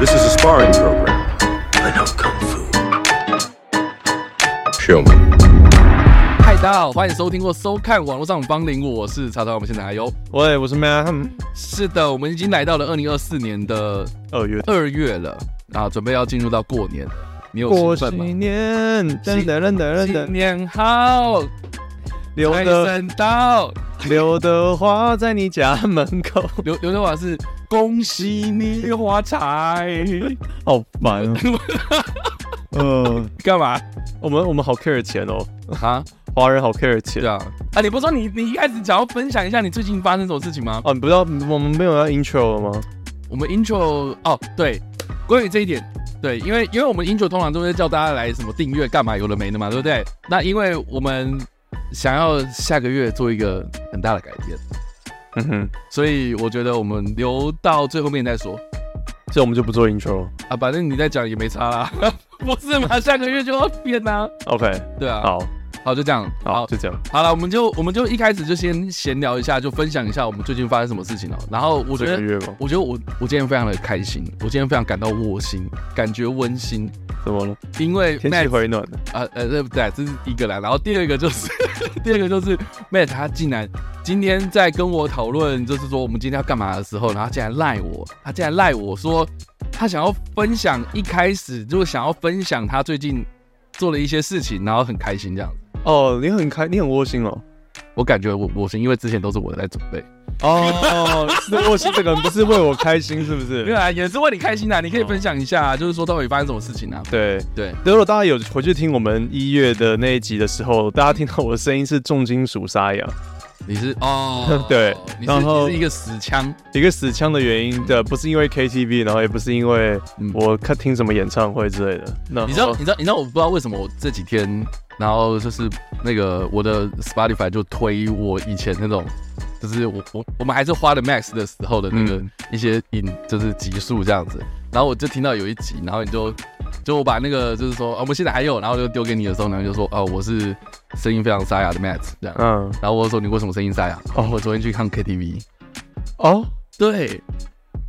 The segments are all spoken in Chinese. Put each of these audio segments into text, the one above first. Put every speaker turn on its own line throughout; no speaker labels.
sparring program. I know kung fu. Show me.
嗨，大家好，欢迎收听或收看网络上帮领我，我是查查，我们现在还有，
喂，我是 Madam。
是的，我们已经来到了二零二四年的
二月
二月了，啊，准备要进入到过年，你有
过
兴奋
新
吗？
年，噔噔噔噔噔
新
噔，
年好，
刘
财
德
神到，
刘德华在你家门口，
刘刘德华是恭喜你发财，
好烦哦。 嗯，
干嘛
我们我们好 care 钱哦，
啊？
华人好 care 钱
对啊，啊，你不是说你你一开始想要分享一下你最近发生什么事情吗？
哦，你不知道我们没有要 intro 了吗？
我们 intro 哦，对，关于这一点，对，因为因为我们 intro 通常都会叫大家来什么订阅干嘛有的没的嘛，对不对？那因为我们想要下个月做一个很大的改变，
嗯哼，
所以我觉得我们留到最后面再说
所以我们就不做 intro 了。
啊，反正你再讲也没差啦， 不是嘛？下个月就要变啊，
OK，
对啊，
好，
好就这样，
好，就这样。
好了，我们就我们就一开始就先闲聊一下，就分享一下我们最近发生什么事情了。哦然后我觉
这个
得，
月吗？
我觉得我我今天非常的开心，我今天非常感到窝心，感觉温馨，
怎么了？
因为
天
Matt
气回暖了。
啊呃对不对，这是一个啦。然后第二个就是 第二个就是 Matt 他竟然今天在跟我讨论，就是说我们今天要干嘛的时候，然后他竟然赖我，他竟然赖我说他想要分享，一开始就想要分享他最近做了一些事情，然后很开心这样子。
哦，你很开，你很窝心哦。
我感觉我我是因为之前都是我在准备，
哦，是窝心这个人不是为我开心，是不
没
是？
有啊，也是为你开心啊，你可以分享一下、就是说到底发生什么事情啊？
对。
对，
如果大家有回去听我们一月的那一集的时候，大家听到我的声音是重金属沙哑，，
你是哦
对
你是
然后
你是一个死腔，
一个死腔的原因的，不是因为 KTV，然后也不是因为
嗯
我看听什么演唱会之类的。那
你知道，你知道，你知道，我不知道为什么我这几天，然后就是那个我的 Spotify 就推我以前那种，就是我我我们还是花的 Max 的时候的那个
嗯
一些音，就是集数这样子。然后我就听到有一集，然后你就就我把那个就是说，啊，我们现在还有，然后就丢给你的时候，然后就说，哦，我是声音非常沙哑的 Max 这样。
嗯，
然后我就说你为什么声音沙哑？哦，我昨天去看 KTV。
哦，
对，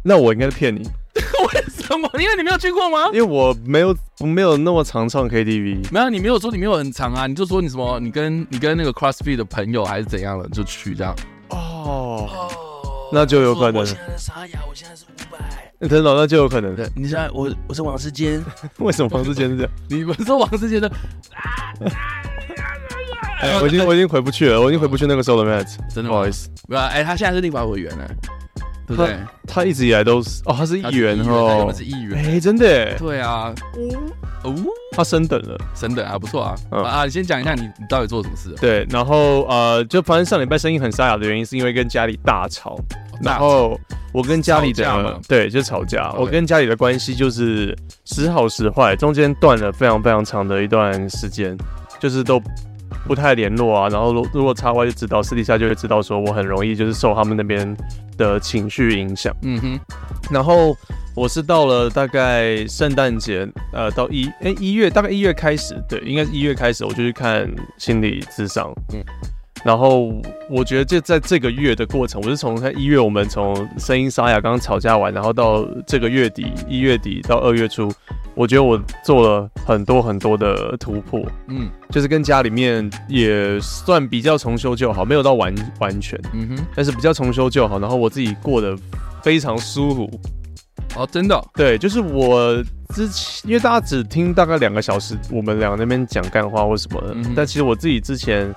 那我应该是骗你，
为什么？因为你没有去过吗
因？为我没有我没有那么常唱 KTV。
没有，啊你没有说你没有很长啊，你就说你什么，你跟你跟那个 CrossFit 的朋友还是怎样了，就去这样。
哦，
哦，
那就有可能
我现在是沙哑，我现在是五百。
真的，那就有可能。
对
你现在我我是王世坚，
为什么房之间是这样？
你们说王世杰的，
哎，我已经我已经回不去了，我已经回不去那个时候的 Matt，
真的吗
不好意思。
没有啊，哎、他现在是立法委员了，对不对？
他一直以来都是哦，他是
他
议员
他原
哦
本，是议员。
哎，真的耶，
对啊，哦，
他升等了。
等等啊，不错啊，
嗯
啊，你先讲一下你你到底做了什么事？啊
对，然后呃，就反正上礼拜声音很沙哑的原因，是因为跟家里大吵，然后我跟家里
吵架吗
的对，就吵架。
OK
我跟家里的关系就是时好时坏，中间断了非常非常长的一段时间，就是都不太联络啊。然后如如果插话就知道，私底下就会知道说我很容易就是受他们那边的情绪影响。
嗯哼，
然后我是到了大概圣诞节，呃，到一哎一月，大概一月开始，对，应该是一月开始，我就去看心理咨商，
嗯
嗯。然后我觉得这在这个月的过程，我是从看一月，我们从声音沙哑刚刚吵架完，然后到这个月底一月底到二月初，我觉得我做了很多很多的突破，
嗯
就是跟家里面也算比较重修旧好，没有到完完全，
嗯哼，
但是比较重修旧好，然后我自己过得非常舒服，
哦，真的哦、
对，就是我之前，因为大家只听大概两个小时，我们两个那边讲干话或什么的，
嗯哼
但其实我自己之前，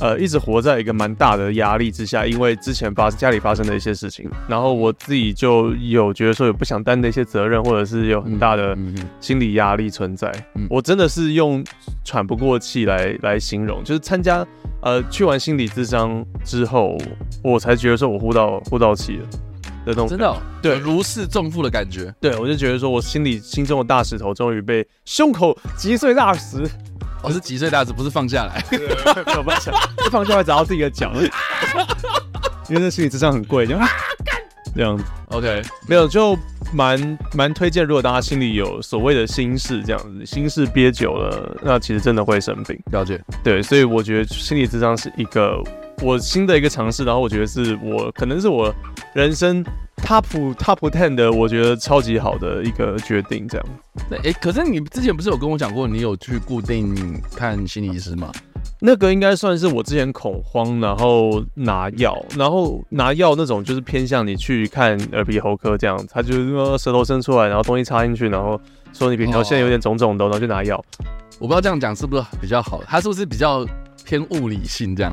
呃，一直活在一个蛮大的压力之下，因为之前发家里发生的一些事情，然后我自己就有觉得说有不想担的一些责任，或者是有很大的
嗯哼，
心理压力存在。
嗯
我真的是用喘不过气来来形容，就是参加呃去完心理咨商之后，我才觉得说我呼到呼到气了的那种
真的、哦，
对
有如释重负的感觉，
对，我就觉得说我心里心中的大石头终于被胸口击碎大石，
我、是几岁大只，不是放下来，
没有办法，一放下来砸到自己的脚，因为那心理智商很贵，就啊干这样子，
，OK，
没有就蛮蛮推荐，如果大家心里有所谓的心事这样子，心事憋久了，那其实真的会生病。
了解，
对，所以我觉得心理智商是一个我新的一个尝试，然后我觉得是我可能是我人生 top top ten 的，我觉得超级好的一个决定，这样。
那哎、可是你之前不是有跟我讲过，你有去固定看心理医师吗？
那个应该算是我之前恐慌，然后拿药，然后拿药那种就是偏向你去看耳鼻喉科这样，他就是说舌头伸出来，然后东西插进去，然后说你鼻
哦
条现在有点肿肿的，然后就拿药。
我不知道这样讲是不是比较好，他是不是比较偏物理性这样？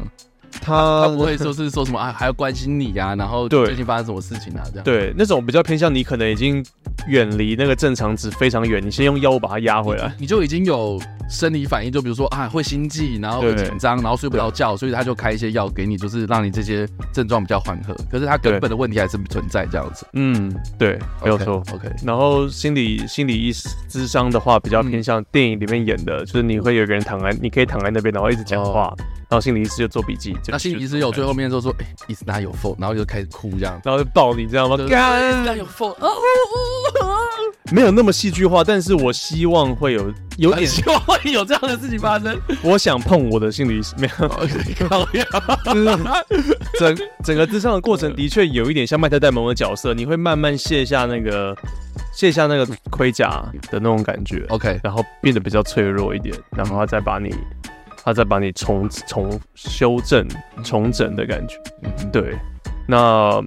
他
他不会说是说什么啊，还要关心你啊，然后
呃对
最近发生什么事情啊这样。，
对那种比较偏向你可能已经远离那个正常值非常远，你先用药物把它压回来。
你就已经有生理反应，就比如说啊会心悸，然后会
对
紧张，然后睡不着觉，所以他就开一些药给你，就是让你这些症状比较缓和。可是他根
对
本的问题还是存在这样子。
嗯，对，没有错。
OK，
然后心理心理医师智商的话，比较偏向电影里面演的，就是你会有一个人躺在，你可以躺在那边，然后一直讲话，然后心理医师就做笔记。就
哦那心理医师
就
有最后面就说，哎、i t s not your fault，然后就开始哭这样。
然后就抱你，知道吗
对？
干
Not your fault，哦哦哦哦
没有那么戏剧化，但是我希望会有有
很
点，
希望会有这样的事情发 生。
我想碰我的心理医 师，没有，
靠呀
就是
哦
整整个智商的过程的确有一点像麦特戴蒙的角色，你会慢慢卸下那个卸下那个盔甲的那种感觉。
OK，
然后变得比较脆弱一点，然后他再把你，他再把你重重修正、重整的感觉。对，那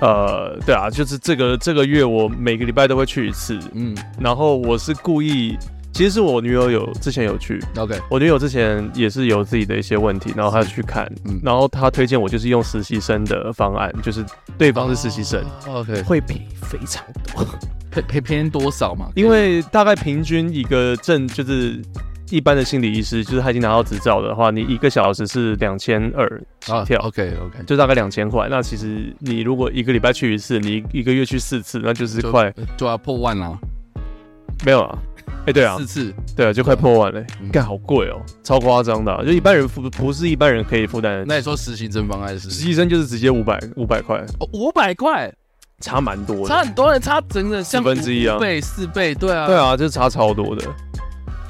呃，对啊，就是这个这个月我每个礼拜都会去一次，
嗯
然后我是故意，其实是我女友有之前有去，
，OK，
我女友之前也是有自己的一些问题，然后她去看，
嗯
然后她推荐我就是用实习生的方案，就是对方是实习生，
哦，OK，
会赔非常多。
赔赔偏多少嘛？
因为大概平均一个证就是一般的心理医师，就是他已经拿到执照的话，你一个小时是两千二起
啊
跳，
，OK OK，
就大概两千块。那其实你如果一个礼拜去一次，你一个月去四次，那就是快
就要破万了，
没有啊。哎、对啊
四，次，
对啊，就快破万了、
嗯
干、好贵哦、超夸张的啊、就一般人负不是一般人可以负担。
那你说实行真方案
实
是
习生就是直接五百五百块，
五百块，
差蛮多
差
的。
很多人，差整整像
四分之一啊
五倍四倍，对啊，
对。啊，就是差超多的。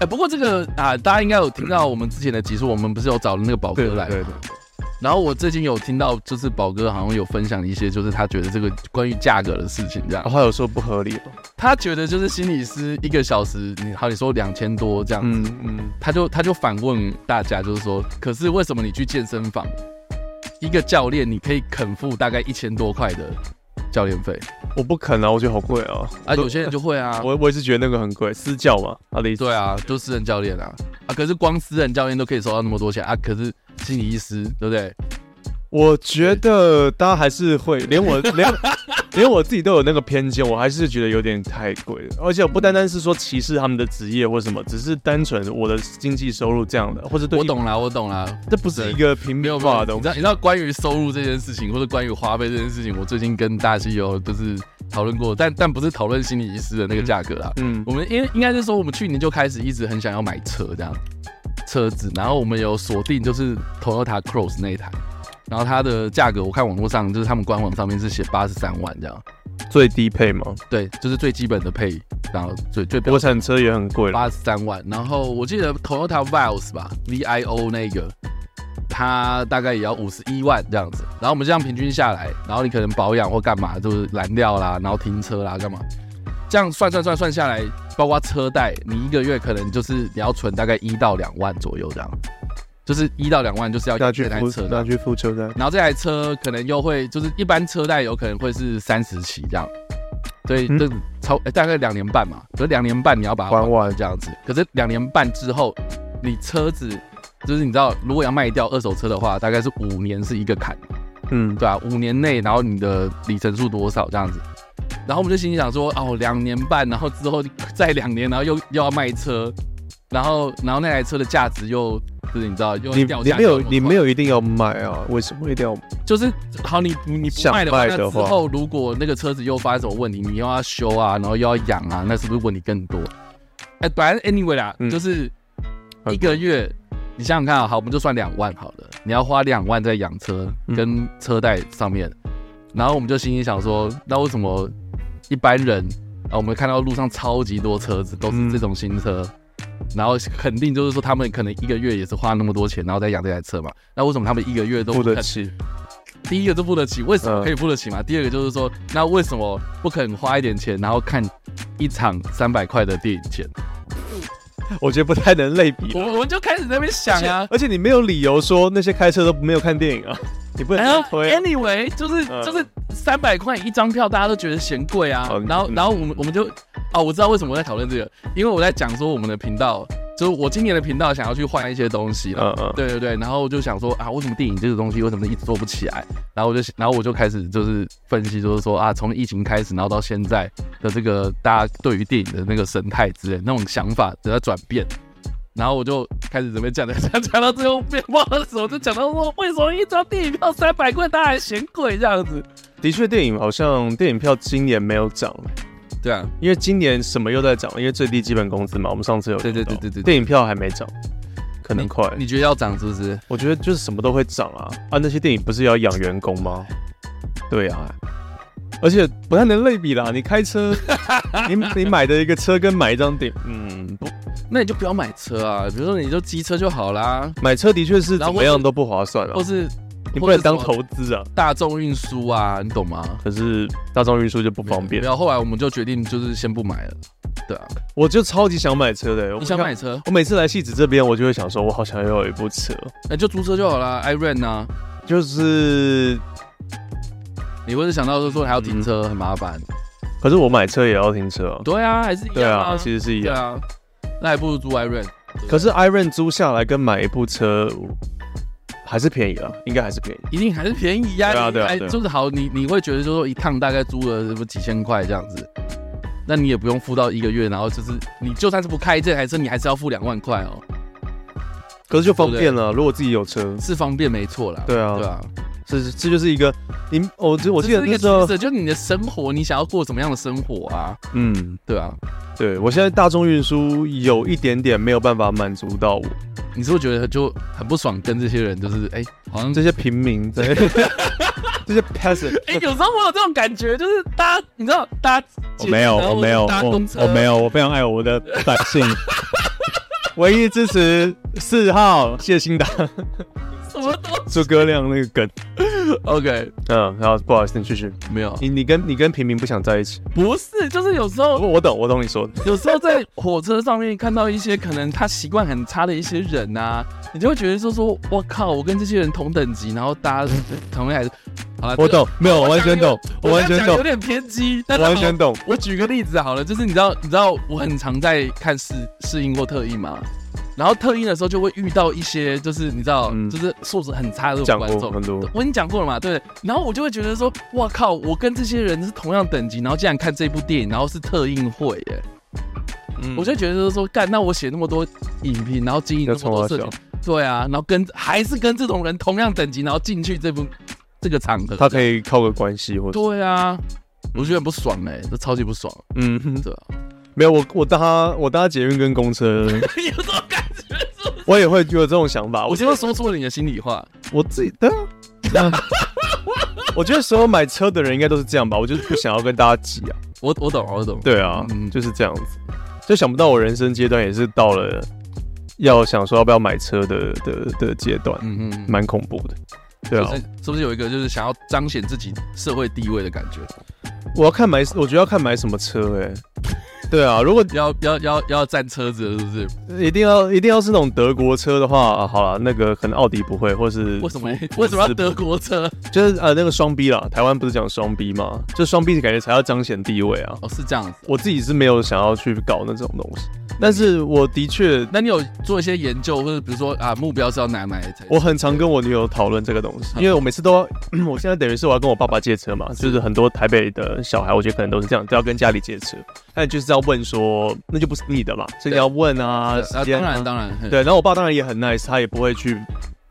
哎，不过这个啊，大家应该有听到我们之前的集数，我们不是有找了那个宝
对
哥
对
来，
对，
然后我最近有听到，就是宝哥好像有分享一些，就是他觉得这个关于价格的事情，这样
然。后啊有说不合理哦。
他觉得就是心理师一个小时，你好，你说两千多这样子，
嗯嗯，
他就他就反问大家，就是说，可是为什么你去健身房，一个教练你可以肯付大概一千多块的教练费
我不肯啊，我觉得好贵啊。
啊？有些人就会啊，
我我也是觉得那个很贵，私教嘛，他的意思。
对啊，就私人教练啊啊，可是光私人教练都可以收到那么多钱啊，可是心理医师对不对？
我觉得大家还是会，连我连 连我自己都有那个偏见，我还是觉得有点太贵了。而且我不单单是说歧视他们的职业或什么，只是单纯我的经济收入这样的，或者对
我，懂啦，我懂啦。
这不是一个平
没有
民
没有
化的
你
东
知
西。
道你知道关于收入这件事情，或者关于花费这件事情，我最近跟大西有就是讨论过，但但不是讨论心理医师的那个价格啦，
嗯
我们应应该是说，我们去年就开始一直很想要买车这样车子，然后我们有锁定就是 Toyota Cross 那一台，然后它的价格我看网络上就是他们官网上面是写八十三万这样，
最低配嘛，
对，啊就是最基本的配，然后最最标
国产车也很贵了。
八十三万，然后我记得 Toyota Vios 吧，V I O 那个，它大概也要五十一万这样子。然后我们这样平均下来，然后你可能保养或干嘛，就是燃料啦，然后停车啦，干嘛，这样算算算算下来，包括车贷，你一个月可能就是你要存大概一到两万左右这样，就是一到两万就是要
那
养
去
这台
付
车
那
的。
去付车贷，
然后这台车可能又会就是一般车贷有可能会是三十起这样，所以
嗯
这超、呃大概两年半嘛，可是两年半你要把它
还完
这样子。可是两年半之后，你车子就是你知道，如果要卖掉二手车的话，大概是五年是一个坎，
嗯，
对吧、五年内，然后你的里程数多少这样子。然后我们就心里想说，哦，两年半，然后之后再两年，然后又又要卖车，然后然后那台车的价值又就是你知道又
你
掉
你
价
没
掉
有
那么
你
快
没有一定要买啊？为什么一定要？
就是好，你你你不
想
卖的话，
卖
那
的
之
话
后如果那个车子又发生什么问题，你又要修啊，然后又要养啊，那是不是问题更多？哎、反正 anyway 啦，
嗯
就是
很
一个月，你想想看啊，好，我们就算两万好了，你要花两万在养车
嗯
跟车贷上面，然后我们就心里想说，那为什么一般人啊，我们看到路上超级多车子都是这种新车，然后肯定就是说他们可能一个月也是花那么多钱，然后再养这台车嘛，那为什么他们一个月都
付得
肯
起？
第一个就付得起，为
嗯
什么可以付得起嘛？第二个就是说，那为什么不肯花一点钱，然后看一场三百块的电影钱？
我觉得不太能类 比。
我我们就开始在那边想啊，
而且你没有理由说那些开车都没有看电影啊， 你不能
然
这
后
样推啊。
anyway，就是
嗯
就是三百块一张票，大家都觉得嫌贵啊
哦。你
然后
嗯
然后我们我们就哦，我知道为什么我在讨论这个，因为我在讲说我们的频道，就是我今年的频道想要去换一些东西了。
嗯嗯，
对对对，然后我就想说啊，为什么电影这个东西为什么一直做不起来？然后我就然后我就开始就是分析，就是说啊，从疫情开始，然后到现在的这个大家对于电影的那个生态之类那种想法的转变。然后我就开始准备讲讲讲讲到最后变忘了什么，就讲到说为什么一张电影票三百块，大家还嫌贵这样子。
的确，电影好像电影票今年没有涨，
对啊，
因为今年什么又在涨，因为最低基本工资嘛，我们上次有
对对
聊到
对对对对
电影票还没涨，可能快。
你觉得要涨是不是？
我觉得就是什么都会涨啊啊！那些电影不是要养员工吗？对啊，而且不太能类比啦。你 开车，你你买的一个车跟买一张电，嗯，不
那你就不要买车啊，比如说你就机车就好啦，
买车的确是
然后
怎
或
么
是
样都不划算啊
或，是
你不能当
或是什么
投资啊。
大众运输啊，你懂吗？
可是大众运输就不方便
没。有，后来我们就决定就是先不买了。对啊，
我就超级想买车的、欸我
你想买
看？
车，
我每次来戏子这边，我就会想说，我好想要有一部车，
那哎就租车就好啦。i r e n 啊，
就是，
你会是想到是说还要停
嗯
车很麻烦。
可是我买车也要停车啊。
对啊，还是一
对
样
啊，
啊。
其实是一
对
样。
啊，那还不如租 i r e n
可是 Iron 租下来跟买一部车还是便宜了，应该还是便宜。
一定还是便宜呀、
对啊对啊
哎
对啊
就是好，你你会觉得就是说一趟大概租了什么几千块这样子，那你也不用付到一个月，然后就是你就算是不开这台车，你还是要付两万块哦，
可是就方便了，如果自己有车，
是方便没错啦。
对啊
对啊，
这是这就是一个你我记我记得
这是一
那
个
时候
趋，势，就你的生活，你想要过什么样的生活啊？
嗯，
对啊，
对我现在大众运输有一点点没有办法满足到我
你是不是觉得就很不爽，跟这些人就是哎、好像
这些 平民 在这些 passive，
哎、有时候我有这种感觉，就是搭，你知道搭
我
捷
哦
运，
没有，
然后
我
或
没
者
有，
搭
我
公车，
我没有，我非常爱我的百姓，
唯一支持四号谢欣达
什么都
诸葛亮那个梗，
OK，
嗯，然后不好意思，你继续，
没有，
你你跟你跟平民不想在一起，
不是，就是有时
我
候
我懂我懂你说的，
有时候在火车上面看到一些可能他习惯很差的一些人啊，你就会觉得说说，我靠，我跟这些人同等级，然后搭同样还是好了，
我
这个
懂，没有，我完全懂，
我
我完
这
全
样讲有
懂，
点偏激，
我
但是
完
好
全懂，
我举个例子好了，就是你知道，你知道我很常在看试试映或特映嘛，然后特映的时候就会遇到一些，就是你知道，
嗯
就是素质很差的
讲
观
过
众。
很多，
我已经讲过了嘛，对。然后我就会觉得说，哇靠，我跟这些人是同样等级，然后竟然看这部电影，然后是特映会耶，
嗯
我就觉得就是说，干，那我写那么多影评，然后经营那
要
么
冲
多
我
社群
笑，，
对啊，然后跟还是跟这种人同样等级，然后进去这部这个场合，
他嗯可以靠个关系或者
对啊，我觉得很不爽哎，这超级不爽，
嗯哼
对啊。
没有，我我搭我搭捷运跟公车，
有这种感觉是不是？
我也会有这种想法。
啊我
我
今天说出了你的心里话，
我自己对啊， 我觉得所有买车的人应该都是这样吧。我就是不想要跟大家挤啊。
我我懂，我懂。
对啊，
嗯
就是这样子。就想不到我人生阶段也是到了要想说要不要买车的的的阶段，
嗯嗯，
蛮恐怖的。对啊
就是，是不是有一个就是想要彰显自己社会地位的感觉？
我要看买，我觉得要看买什么车哎、对啊，如果
要要要要占车子了，是不是？
一定要一定要是那种德国车的话，啊、好了，那个可能奥迪不会，或是
为什么 为什么要德国车？
就是呃那个双 B 啦，台湾不是讲双 B 吗？就双 B 感觉才要彰显地位啊。
哦，是这样子。
我自己是没有想要去搞那种东西，但是我的确，
那你有做一些研究，或者比如说啊，目标是要哪买才？
我很常跟我女友讨论这个东西，
嗯
因为我每次都要， 我现在等于是我要跟我爸爸借车嘛，就是很多台北的小孩，我觉得可能都是这样，都要跟家里借车，那你就是要问说，那就不是你的嘛，所以你要问啊，时
啊，
间
当
啊
然当然，嘿
对，，然后我爸当然也很 nice，他也不会去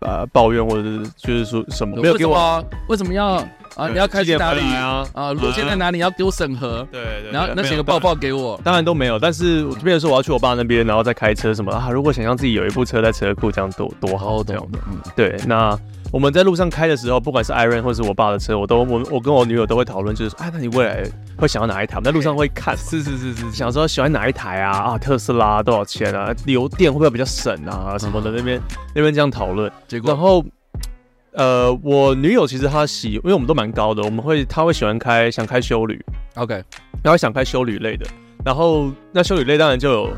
呃抱怨或者是就是说什么没有
为
给
什
我
么为什么要啊？
对
你要开
几
去
点
哪里
回来啊
啊？路线在哪里？要给我审核，
对对对
然后那
没有
写个
当
报报
然
给我。
当然都没有，但是我这边说我要去我爸那边，然后再开车什么啊。如果想象自己有一部车在车库，这样多多好，
哦，
这样
懂。懂，嗯，
对，那我们在路上开的时候，不管是 Iron 或是我爸的车，我都我我跟我女友都会讨论，就是说，哎，那你未来会想要哪一台？我们在路上会看，
是是是是，
想说喜欢哪一台啊？啊，特斯拉多少钱
啊
啊？油电会不会比较省啊？什么的那边那边这样讨论。
结果
然后呃，我女友其实她喜，因为我们都蛮高的，我们会她会喜欢开想开修旅，
OK，
然后想开修旅类的，然后那修旅类当然就有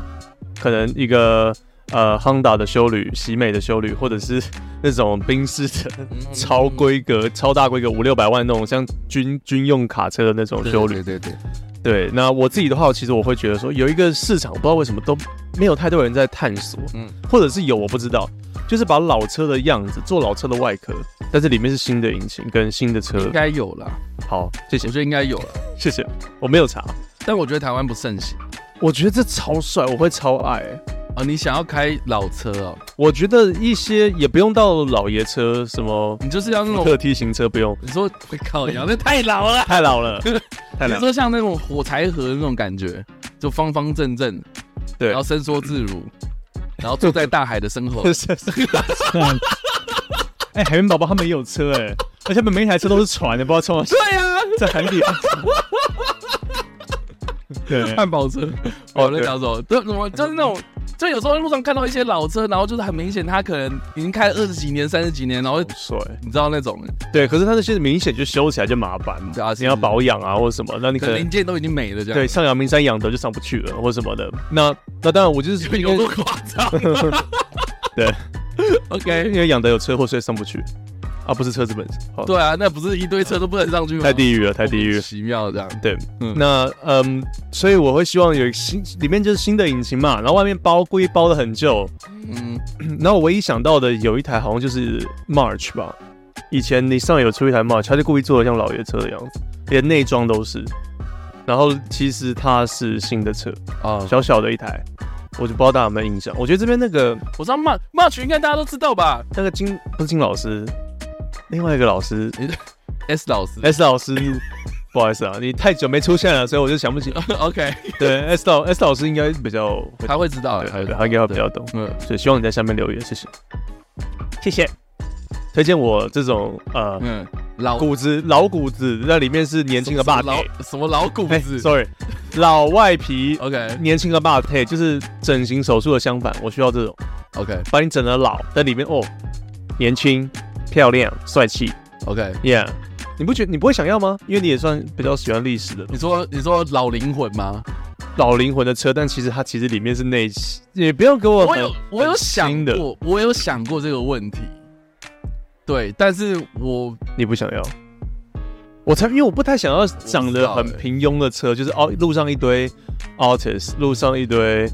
可能一个呃 Honda 的修旅、喜美的修旅，或者是那种宾士的 超
嗯
规格、超大规格五六百万那种像军军用卡车的那种修旅。
对对对，
对，那我自己的话，其实我会觉得说有一个市场，不知道为什么都没有太多人在探索，
嗯
嗯，或者是有我不知道，就是把老车的样子做老车的外壳，但是里面是新的引擎跟新的车
应。该有了，
好，谢
我
谢
觉得应该有了，
谢谢，我没有查。
但我觉得台湾不盛行
我觉得这超帅，我会超爱欸、
哦。你想要开老车哦，
我觉得一些也不用到老爷车，什么
你就是要那种
特梯型车不用，
你说会靠摇，那太老了。
太老了，太
你
老了。
说像那种火柴盒那种感觉，就方方正正，
对。
然后伸缩自如，然后住在大海的生活
是是是
哎，海绵宝宝他们也有车哎，而且他们每一台车都是船的，不知道从哪
对啊，
在海底。对，
汉堡车。
哦
哦，那讲什么？对，我就是那种，就有时候在路上看到一些老车，然后就是很明显，它可能已经开了二十几年、三十几年，然后
好帅。
你知道那种，
对，可是它那些明显就修起来就麻烦嘛
对啊，是
你要保养啊或者什么，那你
可
可
能
能
零件都已经没了这样。
对，上阳明山养德就上不去了或什么的。 那那当然，我就是
就
因
有多
为
夸张？
对
，OK，
因为养德有车祸，所以上不去啊，不是车子本身。好，
对啊，那不是一堆车都不能上去吗？
太地狱了，太地
莫
狱
名
了。
其妙这样。
对，
嗯
那嗯，所以我会希望有一个新，里面就是新的引擎嘛，然后外面包故意包的很旧。
嗯，
那我唯一想到的有一台好像就是 March 吧，以前你上有出一台 March，它就故意做的像老爷车的样子，连内装都是。然后其实它是新的车，
哦，
小小的一台，我就不知道大家有没有印象。我觉得这边那个
我知道 March March 应该大家都知道吧
那个金不是金老师，另外一个老师
？S 老师
S 老师，不好意思啊，你太久没出现了，所以我就想不 起。
，OK，
对 S 老 S 老师应该比较会
他会知道的，
对
他会知
对
道
他应该会比较懂，
嗯，
所以希望你在下面留言，谢谢，谢谢，推荐我这种呃
嗯，老
骨子老骨子，那里面是年轻的霸
什么
体，
老什么老骨
哎
子
，sorry，老外皮，
，OK
年轻的霸体就是整形手术的相反，我需要这种，
OK
把你整的老，但里面哦年轻、漂亮、帅气
OK，
，yeah，你不觉你不会想要吗？因为你也算比较喜欢历史的
你说你说老灵魂吗？
老灵魂的车，但其实它其实里面是内，也不用给我
我
很
有我有
很
想
新的，
过，我有想过这个问题，对，但是我
你不想要。我才因为我不太想要长得很平庸的车，
欸
就是哦路上一堆 Altis，路上一堆
哦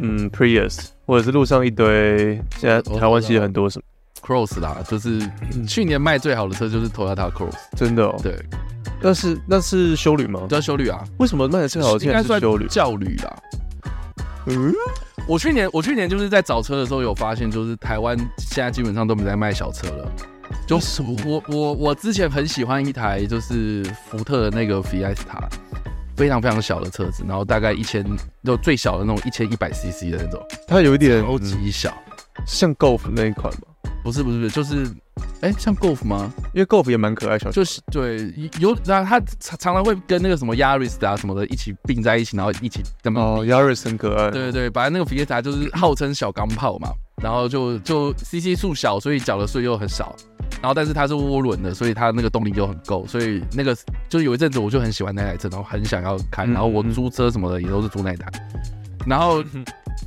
嗯 Prius，或者是路上一堆现在台湾其实很多什么
Cross 啦，就是
嗯
去年卖最好的车就是 Toyota Cross，
真的哦，
对，
但是那是修旅吗？
叫修旅啊，
为什么卖的最好的
应
竟
该
然是
算
修旅？
教旅啦。
嗯，
我去年我去年就是在找车的时候有发现，就是台湾现在基本上都没在卖小车了。就我我我之前很喜欢一台就是福特的那个 Fiesta，非常非常小的车子，然后大概一千就最小的那种一千一百 CC 的那种，
它有一点
超
嗯
级小。
像 Golf 那一款嘛，
不是不是不是，就是哎、像 Golf 吗？
因为 Golf 也蛮可爱小，
就是对有那它常常常会跟那个什么 Yaris 啊什么的一起并在一起，然后一起这么
哦 Yaris 很可爱，
对对对，反正那个 Fiesta 就是号称小钢炮嘛，然后就就 CC 数小，所以缴的税又很少，然后但是它是涡轮的，所以它那个动力又很够，所以那个就是有一阵子我就很喜欢那台车，然后很想要开，
嗯
然后我
嗯
租车什么的也都是租那台，然后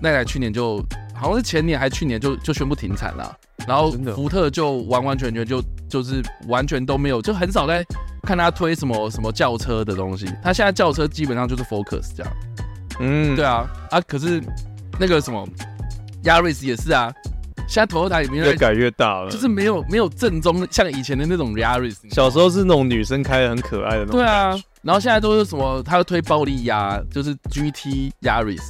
那台去年就好像是前年还去年就就宣布停产了，然后
真的哦
福特就完完全全就就是完全都没有，就很少在看他推什么什么轿车的东西，他现在轿车基本上就是 Focus 这样。
嗯
对，啊，啊，可是那个什么 Yaris 也是啊，现在 Toyota 也没
越
有在，
改越大了，
就是没有没有正宗的像以前的那种 Yaris 你知道吗。
小时候是那种女生开的很可爱的那种，
对啊，然后现在都是什么，他推暴力压，就是 GT Yaris，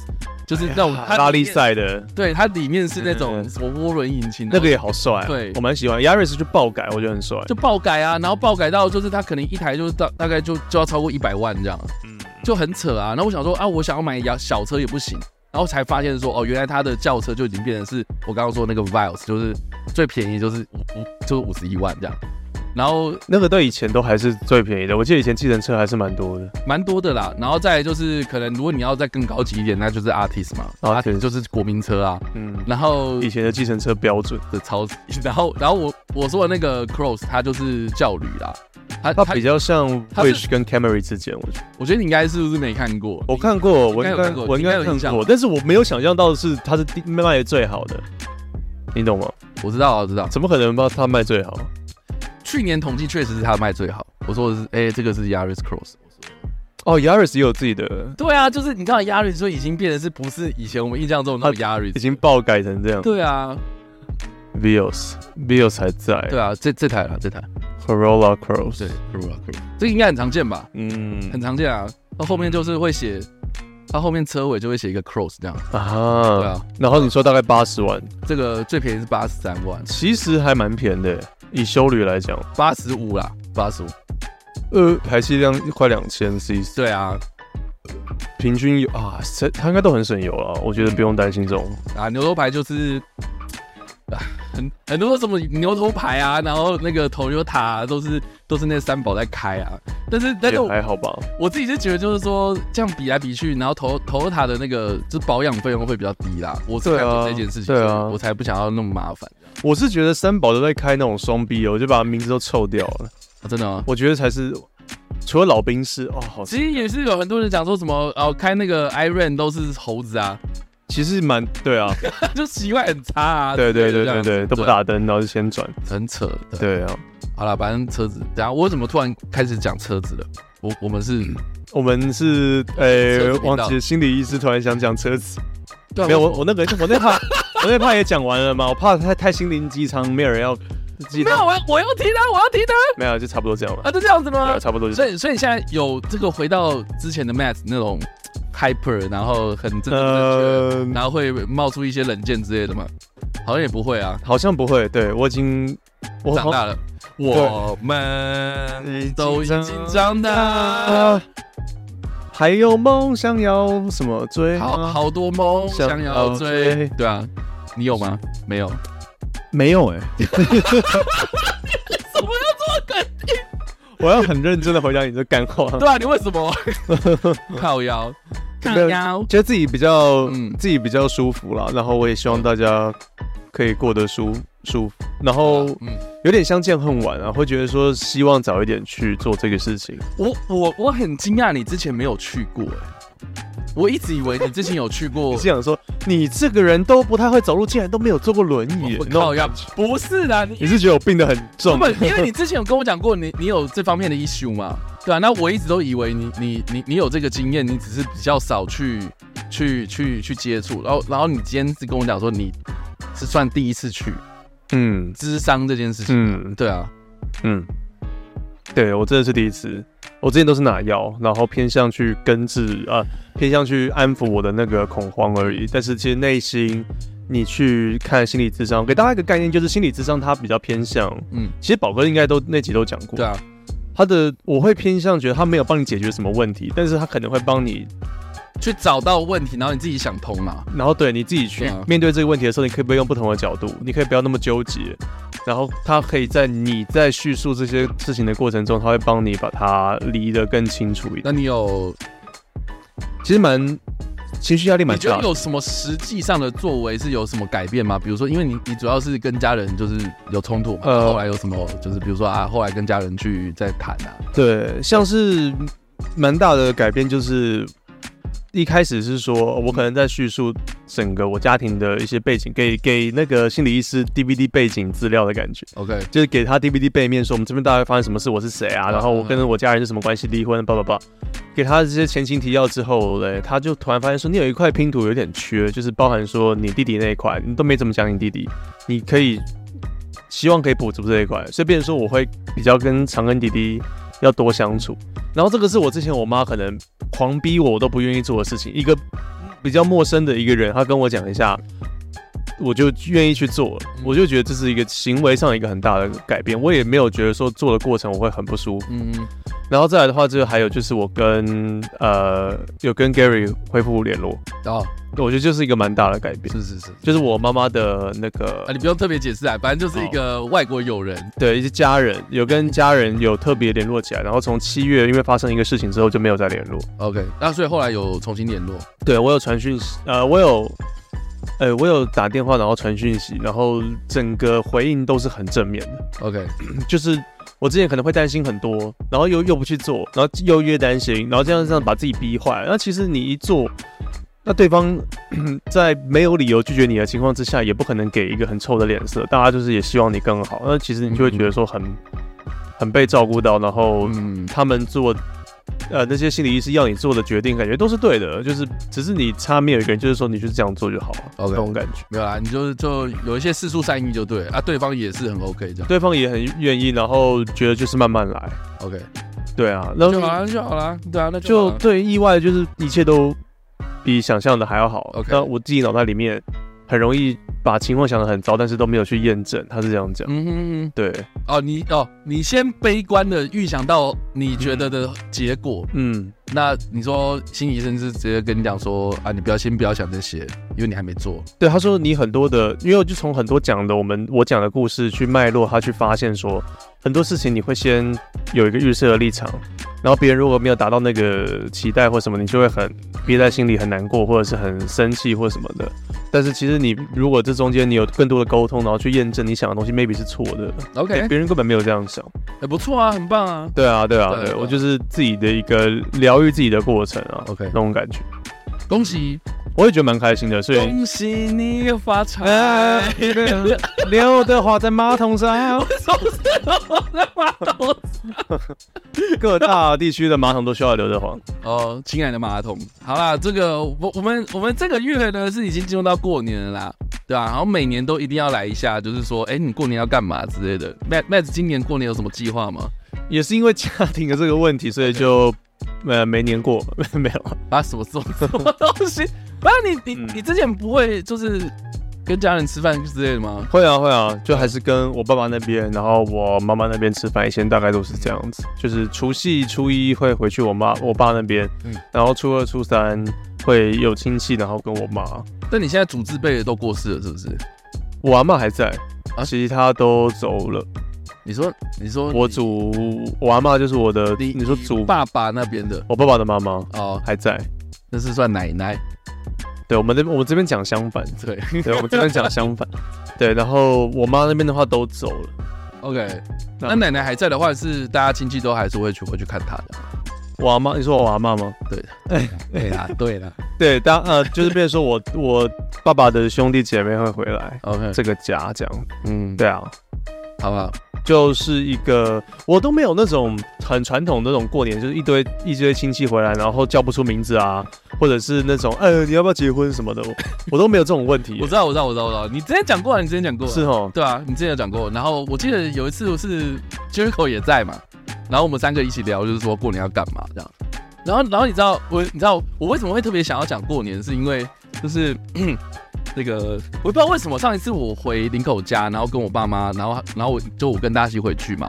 就是啊那种它里
拉哎力
面，
赛的。
对，它里面是那
嗯
种什么涡轮引擎，
那个也好帅、啊，
对
我蛮喜欢。Yaris 就爆改，我觉得很帅。
就爆改啊，然后爆改到就是它可能一台就是大大概就就要超过一百万这样，
嗯，
就很扯啊。然后我想说啊，我想要买小小车也不行，然后才发现说哦，原来它的轿车就已经变成是我刚刚说的那个 Vios，就是最便宜就是五五就是五十一万这样。然后
那个对以前都还是最便宜的，我记得以前计程车还是蛮多的。
蛮多的啦。然后再来就是可能如果你要再更高级一点，那就是 Artist 嘛
Artist
就是国民车啊。
嗯，
然后
以前的计程车标准，
的超，然后然后我我说的那个 Cross 它就是教旅啦，它
它
它
比较像
它是
Wish 跟 Camry 之间，我觉得。
我觉得你应该是不是没看过？
我看过，
应
我
该
应
有
该
看过
我
应
应
该
该
有印
看
象
过，但是我没有想象到是它是第卖得最好的，你懂吗？
我知道我知道，
怎么可能把它卖最好？啊
去年统计确实是它卖最好。我说的是，哎、这个是 Yaris Cross。
哦，Yaris 也有自己的，
对啊，就是你知道 Yaris 说已经变得是不是以前我们印象中的那种 Yaris？
已经爆改成这样。
对啊，
Vios Vios 还在，
对啊，这这台了，这台
Corolla Cross，
对 c r o 这个应该很常见吧？很
嗯
常见啊。到后面就是会写，它后面车尾就会写一个 cross 这样。
啊，
对啊，
然后你说大概八十万，
这个最便宜是八十三万，
其实还蛮便宜的，以修旅来讲，
八十五啦，八十五。
呃，排气量快两千 CC，
对啊，
平均油啊，这它应该都很省油啊，我觉得不用担心这种。
啊，牛头牌就是。啊很很多什么牛头牌啊，然后那个 Toyota 啊都是都是那三宝在开啊，但是但是
也
我
还好吧，
我自己是觉得就是说这样比来比去，然后投投塔的那个就是保养费用会比较低啦。我是
对啊
看准这件事情，
对啊
所以我才不想要那么麻烦、
我是觉得三宝都在开那种双 B，我就把名字都臭掉了。
啊真的吗？
我觉得才是，除了老兵是哦，好，
其实也是有很多人讲说什么哦，开那个 Iron 都是猴子啊，
其实蛮对啊，
就习惯很差啊。
对对
之类的
对对
这样子
对，都不，打灯，然后就先转，
对很扯的。对，
对啊。
好了，反正车子，等一下我怎么突然开始讲车子了？我我们是
我们是
车
呃
子，频道
忘记了心理医师突然想讲车子，
对啊
没有我我那个我那怕我那怕也讲完了嘛，我怕太太心灵鸡汤，没有人要鸡
没有啊
汤，
我要我要提他，我要提他
没有就差不多这样了，
啊，就这样子吗
对？差不多就
所
这样。
以，所以现在有这个回到之前的 Matt 那种 hyper，然后很正正确，
呃，
然后会冒出一些冷箭之类的吗？好像也不会啊，
好像不会，对我已经我
长大
了，
了，我们都已经长大，
啊，还有梦想要什么追？
好，好多梦想要
想
追
要追，
对啊，你有吗？没有，
没有
欸
哎、
我要很认真的回答你这干话，
对啊，你为什 么靠腰？靠
没有
腰，
觉得自己比较
嗯
自己比较舒服啦，然后我也希望大家可以过得舒舒服，然后
嗯。
有点相见恨晚啊，会觉得说希望早一点去做这个事情。
我我我很惊讶，你之前没有去过欸我一直以为你之前有去过
我是，想说，你这个人都不太会走路，竟然都没有坐过轮椅
我，
那
靠腰，不是的，你
你是觉得我病得很重
不？，因为你之前有跟我讲过你，你有这方面的 issue 嘛？对啊，那我一直都以为你你你你有这个经验，你只是比较少去去去去接触，然后然后你今天是跟我讲说你是算第一次去
嗯
智商这件事情，
嗯
对啊，
嗯，对我真的是第一次，我之前都是拿药，然后偏向去根治啊、偏向去安抚我的那个恐慌而已。但是其实内心，你去看心理智商，给大家一个概念，就是心理智商它比较偏向，
嗯
嗯，其实宝哥应该都那集都讲过，
对啊，
他的我会偏向觉得他没有帮你解决什么问题，但是他可能会帮你，
去找到问题，然后你自己想通了，
然后对你自己去
对啊
面对这个问题的时候，你可以不可以用不同的角度，你可以不要那么纠结，然后他可以在你在叙述这些事情的过程中，他会帮你把它理得更清楚一
那
点。
你有
其实蛮情绪压力
你
蛮
觉
大
得
的，
有什么实际上的作为是有什么改变吗？比如说，因为你你主要是跟家人就是有冲突嘛，
呃
后来有什么就是比如说啊，后来跟家人去再谈啊，
对，像是蛮大的改变就是。一开始是说，哦我可能在叙述整个我家庭的一些背景，给给那个心理医师 DVD 背景资料的感觉。
OK，
就是给他 DVD 背面说我们这边大概发生什么事，我是谁啊，然后我跟我家人是什么关系，离婚，叭叭叭。给他这些前情提要之后嘞，他就突然发现说你有一块拼图有点缺，就是包含说你弟弟那一块，你都没怎么讲你弟弟，你可以希望可以补足这一块，所以变成说我会比较跟常跟弟弟要多相处。然后这个是我之前我妈可能狂逼我，我都不愿意做的事情。一个比较陌生的一个人，她跟我讲一下，我就愿意去做了，我就觉得这是一个行为上一个很大的改变。我也没有觉得说做的过程我会很不舒服。
嗯，
然后再来的话，就还有就是我跟呃有跟 Gary 恢复联络，
哦，
我觉得就是一个蛮大的改变，
是是是
就是我妈妈的那个
啊，你不用特别解释啊，反正就是一个外国友人，
对一些家人有跟家人有特别联络起来，然后从七月因为发生一个事情之后就没有再联络。
OK，那所以后来有重新联络，
对我有传讯息，呃，我有，呃，我有打电话，然后传讯息，然后整个回应都是很正面的，
OK，
就是我之前可能会担心很多，然后又又不去做，然后又越担心，然后这样这样把自己逼坏。那其实你一做，那对方 在没有理由拒绝你的情况之下，也不可能给一个很臭的脸色，大家就是也希望你更好。那其实你就会觉得说很很被照顾到，然后
嗯，
他们做。呃，那些心理医师要你做的决定，感觉都是对的，就是只是你差面有一个人，就是说你就是这样做就好了
OK
这种感觉。
没有啦，你就就有一些四处善意就对了啊，对方也是很 OK 这样
对方也很愿意，然后觉得就是慢慢来，
，OK
对啊，那
就好了就好了，对啊，那就
就
好啦
对意外，就是一切都比想象的还要好。
OK
那我自己脑袋里面很容易把情况想得很糟，但是都没有去验证，他是这样讲。
嗯哼哼，
对，
哦你哦你先悲观的预想到你觉得的结果，
嗯，
那你说心理医生是直接跟你讲说啊，你不要先不要想这些，因为你还没做，
对，他说你很多的，因为我就从很多讲的我们我讲的故事去脉络，他去发现说很多事情你会先有一个预设的立场，然后别人如果没有达到那个期待或什么，你就会很憋在心里，很难过，或者是很生气或什么的。但是其实你如果这中间你有更多的沟通，然后去验证你想的东西 maybe 是错的，
OK，
对别人根本没有这样想。
哎不错啊，很棒啊
对啊，对啊，
对对
对，我就是自己的一个疗愈自己的过程啊
OK
那种感觉，
恭喜
我也觉得蛮开心的。所以，
恭喜你又发财！
哎，刘德华在马桶上，
各大地区的马桶都需要刘德华。
哦，亲爱的马桶，好啦，这个我我们我们这个月呢是已经进入到过年了啦，对啊吧、然后每年都一定要来一下，就是说，哎、你过年要干嘛之类的。麦麦子今年过年有什么计划吗？
也是因为家庭的这个问题，所以就呃没年过，没有。
把啊什么做什么东 西？不然你你
嗯
你之前不会就是跟家人吃饭之类的吗？
会啊会啊，就还是跟我爸爸那边，然后我妈妈那边吃饭，以前大概都是这样子，就是除夕初一会回去我妈我爸那边，
嗯
然后初二初三会有亲戚，然后跟我妈，
但你现在祖字辈的都过世了，是不是？
我阿妈还在
啊，
其他都走了。
你说你说
我
你
祖我阿妈就是我的，
你
你说祖
爸爸那边的
我爸爸的妈妈
哦，
还在。
那是算奶奶
对我们这我们这边讲相反，
对。
对我们这边讲相反，对，然后我妈那边的话都走了，
OK，
那
那奶奶还在的话，是大家亲戚都还是会去回去看她的。
我阿妈，你说我阿妈吗？
对啦，对啦。
对，当呃就是变成说我我爸爸的兄弟姐妹会回来
OK，
这个家这样，
嗯，
对啊，
好不好？，
就是一个我都没有那种很传统的那种过年，就是一堆一堆亲戚回来，然后叫不出名字啊，或者是那种呃你要不要结婚什么的，我我都没有这种问题
我知道，我知道，我知道，我知道。你之前讲过啊了，你之前讲过了。
是哦，
对啊，你之前有讲过。然后我记得有一次是 Jericho 也在嘛，然后我们三个一起聊，就是说过年要干嘛这样。然后，然后你知道我，你知道我为什么会特别想要讲过年，是因为就是 那个我不知道为什么上一次我回林口家，然后跟我爸妈，然后然后我就我跟大西回去嘛，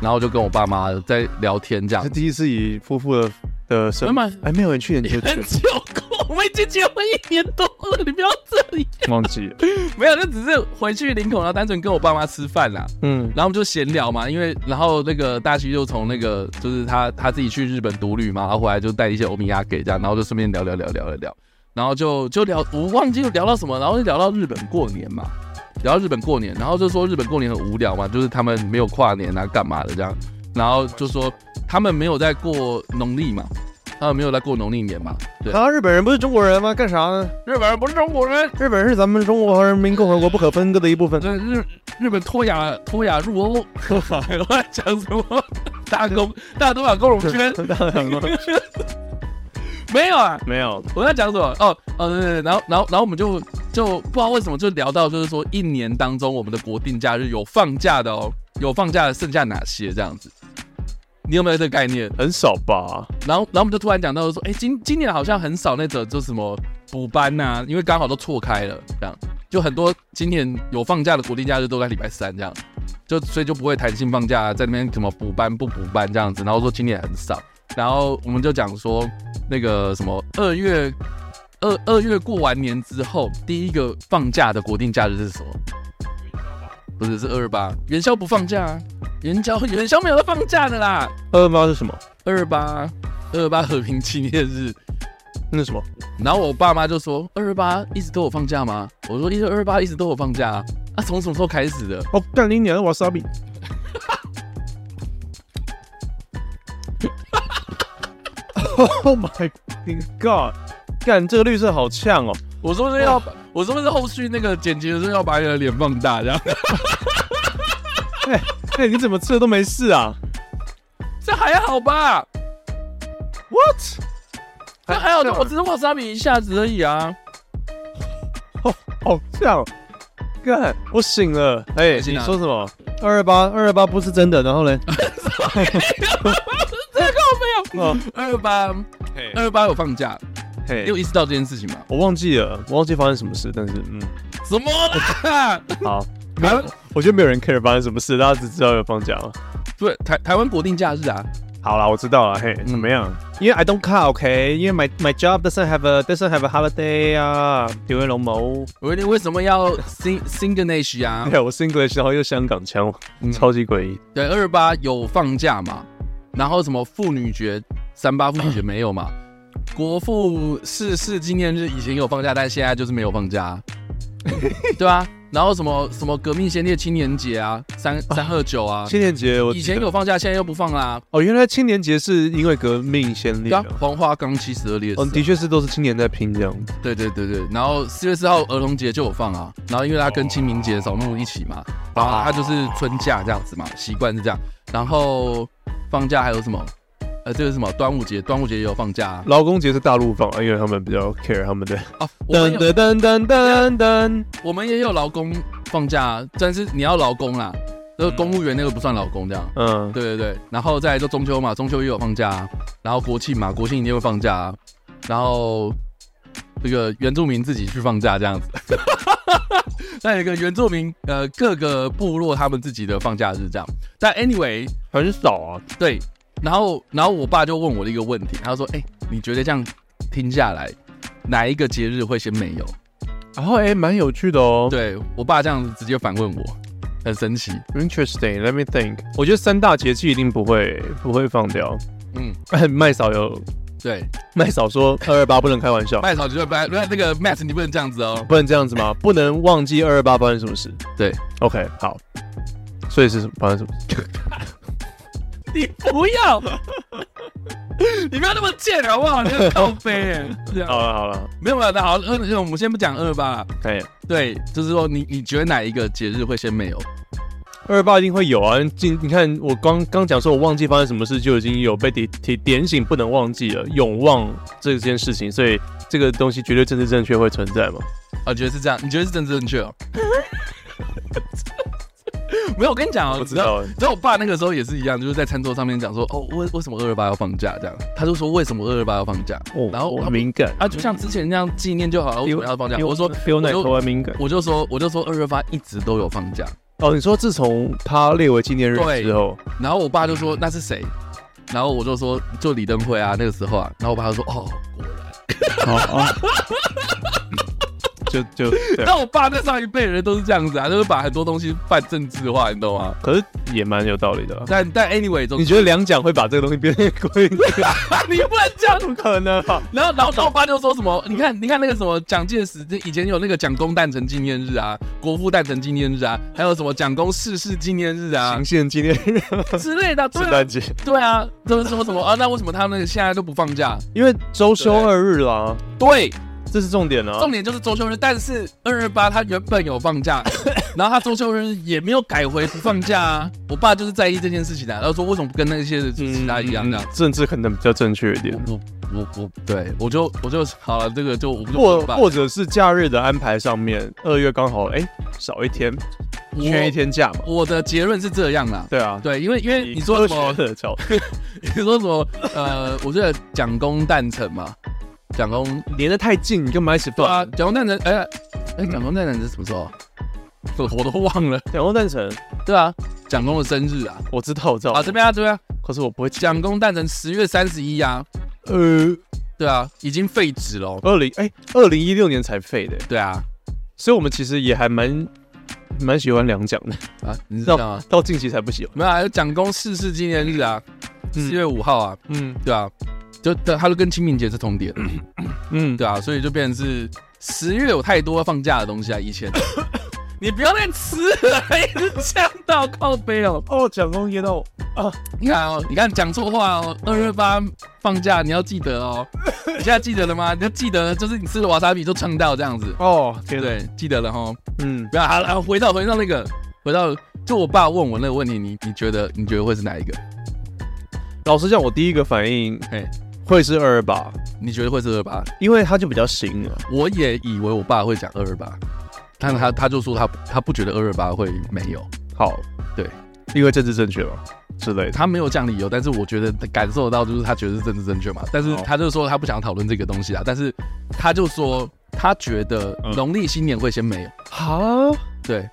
然后就跟我爸妈在聊天这样
他。第一次以夫妇的的
没
身
有没有
哎没有人去年就
很
去
久过，我们已经结婚一年多了，你不要这样。
忘记了，
没有，就只是回去林口，然后单纯跟我爸妈吃饭啦，
嗯
然后我们就闲聊嘛，因为然后那个大西就从那个就是他他自己去日本独旅嘛，然后回来就带一些欧米亚给这样，然后就顺便聊聊聊聊聊聊，然后就就聊我忘记聊到什么，然后就聊到日本过年嘛，聊到日本过年，然后就说日本过年很无聊嘛，就是他们没有跨年啊干嘛的这样，然后就说他们没有在过农历嘛，他们没有在过农历年嘛，对，
啊日本人不是中国人吗？干啥呢？
日本人不是中国人。
日本是咱们中华人民共和国不可分割的一部分。
对日日本脱亚脱亚入 欧，我在讲什么？ 大公大东亚公荣圈没有啊？
没有，
我在讲什么？哦哦对对对，然后然后然后我们就就不知道为什么就聊到就是说一年当中我们的国定假日有放假的哦，有放假的剩下哪些这样子？你有没有这个概念？
很少吧？
然后，然后我们就突然讲到说，哎，今今年好像很少那种就什么补班呐、因为刚好都错开了，这样就很多今年有放假的国定假日都在礼拜三这样。就所以就不会弹性放假，啊在那边什么补班不补班这样子，然后说今年很少，然后我们就讲说那个什么二月二二月过完年之后，第一个放假的国定假日是什么？不是是二二八，元宵不放假啊，元宵元宵没有在放假的啦，
二二呃八是什么？
二二八二二八和平纪念日。
那是什么？
然后我爸妈就说：“二二八一直都有放假吗？”我说：“一二二八一直都有放假啊。”啊，从什么时候开始的？
哦，干你娘的瓦萨 比！
Oh my god！
干这个绿色好呛哦！
我是不是要？我是不是后续那个剪辑的时候要把你的脸放大这 样？
哎哎，你怎么吃了都没事啊
这还好吧？
？What？
这还啊好，我只是瓦萨比一下子而已啊。
好呛哦！干，我醒了。哎、
你醒
你
了
说什么？二二八，二二八不是真的。然后嘞？
这个没有
哦。
二二八，二二八有放假，
嘿
你有意识到这件事情吗？
我忘记了，我忘记发生什么事，但是 嗯，
什么 啦？
好，没有，我觉得没有人 care 发生什么事，大家只知道有放假了。
对，台台湾国定假日啊，
好啦，我知道了，嘿，
嗯
怎么样？因为 I don't care, OK？因为 my my job doesn't have a doesn't have a holiday 啊，丢人龙 谋。
我问你为什么要 sing sing the nation 啊？
对，我是 English，然后又香港腔，超级诡异。
对，二八有放假嘛？然后什么妇女节、三八妇女节没有嘛？国父逝世纪念日以前有放假，但现在就是没有放假啊、对啊。然后什么什么革命先烈青年节啊，三三二九啊，
青年节，我
以前有放假，现在又不放啦。
哦，原来青年节是因为革命先
对
烈、
啊
啊。，
黄花岗七十二烈士啊、
嗯，的确是都是青年在拼这样子。
对对对对，然后四月四号儿童节就有放啊，然后因为它跟清明节扫墓一起嘛，然后它就是春假这样子嘛，习惯是这样。然后放假还有什么？呃，这个是什么？端午节，端午节也有放假啊。
劳工节是大陆放，因为他们比较 care 他们的。
哦，我们
噔
有
噔噔噔噔噔。
我们也有劳工放假啊，但是你要劳工啦，就是公务员那个不算劳工这样。
嗯，
对对对，然后再来就中秋嘛，中秋也有放假、啊，然后国庆嘛，国庆一定会放假、啊，然后这个原住民自己去放假这样子， 那有一个原住民呃各个部落他们自己的放假日这样，但 anyway
很少啊。
对，然后然后我爸就问我的一个问题，他说：“哎、你觉得这样听下来，哪一个节日会先没有
然后哎，诶蛮有趣的哦。？”
对我爸这样子直接反问我，很神奇。
Interesting. Let me think. 我觉得三大节气一定不会不会放掉。
嗯，
麦嫂有
对，
麦嫂说二二八不能开玩笑，
麦草绝对不那那个 Matt 你不能这样子哦。
不能这样子吗？不能忘记二二八发生什么事。
对
，OK，好。所以是什么发生什么事？
你不要， 你不要那么贱好不好？你个高飞哎，这样
好了好了，
没有没有，那好，二那我们先不讲二吧。
哎，
对，就是说你你觉得哪一个节日会先没有？
二二八一定会有啊！今你看，我刚刚讲说，我忘记发生什么事，就已经有被提提点醒，不能忘记了，永忘这件事情，所以这个东西绝对政治正确会存在嘛？
啊，觉得是这样？你觉得是政治正确哦？ 没有，我跟你讲哦，
不知道欸
你知道我爸那个时候也是一样，就是在餐桌上面讲说，哦，为为什么二二八要放假这样？他就说为什么二二八要放假？
哦
然后
我敏感
啊，就像之前那样纪念就好了，为什么要放假？
比
我说，
比我
我
奶
就
头还敏感。
我就说，我就说二二八一直都有放假。
哦，你说自从他列为纪念日
对
之 后，
然后我爸就说那是谁？然后我就说就李登辉啊，那个时候啊。然后我爸就说哦，果然。
好啊， 就就对，啊
但我爸那上一辈人都是这样子啊，就是把很多东西办政治化，你懂吗？
可是也蛮有道理的啦。啊
但但 anyway，总
你觉得两蒋会把这个东西变成规 定？
你不能这样。
不可能啊！
然后然后然后我爸就说什么？你看你看那个什么蒋介石，这以前有那个蒋公诞辰纪念日啊，国父诞辰纪念日啊，还有什么蒋公逝世纪念日啊
行宪纪念日、
之类的，对啊
圣诞节，
对啊，就是说什么啊？那为什么他们现在都不放假？
因为周休
对
二日啦，
对，
这是重点啊。
重点就是中秋日，但是二二八他原本有放 假，然后他中秋日也没有改回不放假啊。我爸就是在意这件事情的、啊，然后说为什么不跟那些其他一样啊嗯这样。
嗯政治可能比较正确一点，
我我我我，对我就我就好了，这个就我就
或
我爸
或者是假日的安排上面，二月刚好哎、少一天，缺一。天假嘛。
我我的结论是这样啦，
对啊，
对，因为因为
以
你说
科
什
学
么？
的角度，
你说什么？呃，我觉得蒋公诞辰嘛，蒋公
连得太近，你干嘛一起
对啊
放？，
蒋公诞辰， 哎哎，蒋公诞辰是什么时候啊？我我都忘了。
蒋公诞辰
对啊，蒋公的生日啊。
我知道，我知道。
啊，这边啊，这边啊，
可是我不会讲。
蒋公诞辰十月三十一啊，
呃，
对啊，已经废止了。
二零哎，二零一六年才废的，
对啊，
所以我们其实也还蛮蛮喜欢两蒋的，
啊，你知道
到
吗？
到近期才不喜欢。
没有啊，有蒋公逝世纪念日啊，四月五号啊，
嗯
对啊，就对，他就跟清明节是同 点，
嗯，
对啊，所以就变成是十月有太多放假的东西啊，以前。 你不要再吃了，一直呛到靠背哦。
哦，蒋公噎到我啊，
你看哦，你看讲错话哦。二月八放假你要记得 哦。你现在记得了吗？你要记得，就是你吃了瓦萨比就呛到这样子，
哦，
对
天
不
哪，
对？记得了哦哈。
嗯，
不要，好了，回到回到那个，回到就我爸问我那个问题，你你觉得你觉得会是哪一个？
老实讲，我第一个反应
嘿，
会是二二八，
你觉得会是二八？
因为他就比较行了。
我也以为我爸会讲二二八，但他他就说他他不觉得二二八会没有，
好，
对，
因为政治正确嘛之类的。
他没有这样理由，但是我觉得感受到就是他觉得是政治正确嘛，但是
好
他就说他不想讨论这个东西啊，但是他就说他觉得农历新年会先没有，
哈，
对